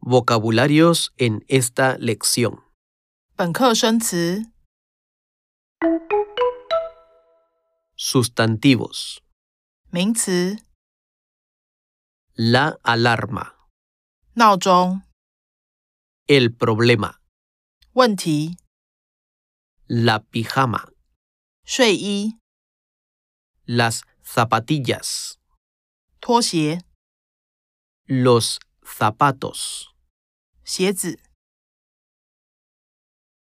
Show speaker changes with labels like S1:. S1: Vocabularios en esta lección.
S2: 本课生词、
S1: Sustantivos.
S2: 名词、
S1: La alarma.
S2: 闹钟、
S1: El problema.
S2: 问题、
S1: La pijama.
S2: 睡衣、
S1: Las zapatillas.
S2: 拖鞋、
S1: Los zapatos.
S2: 鞋子。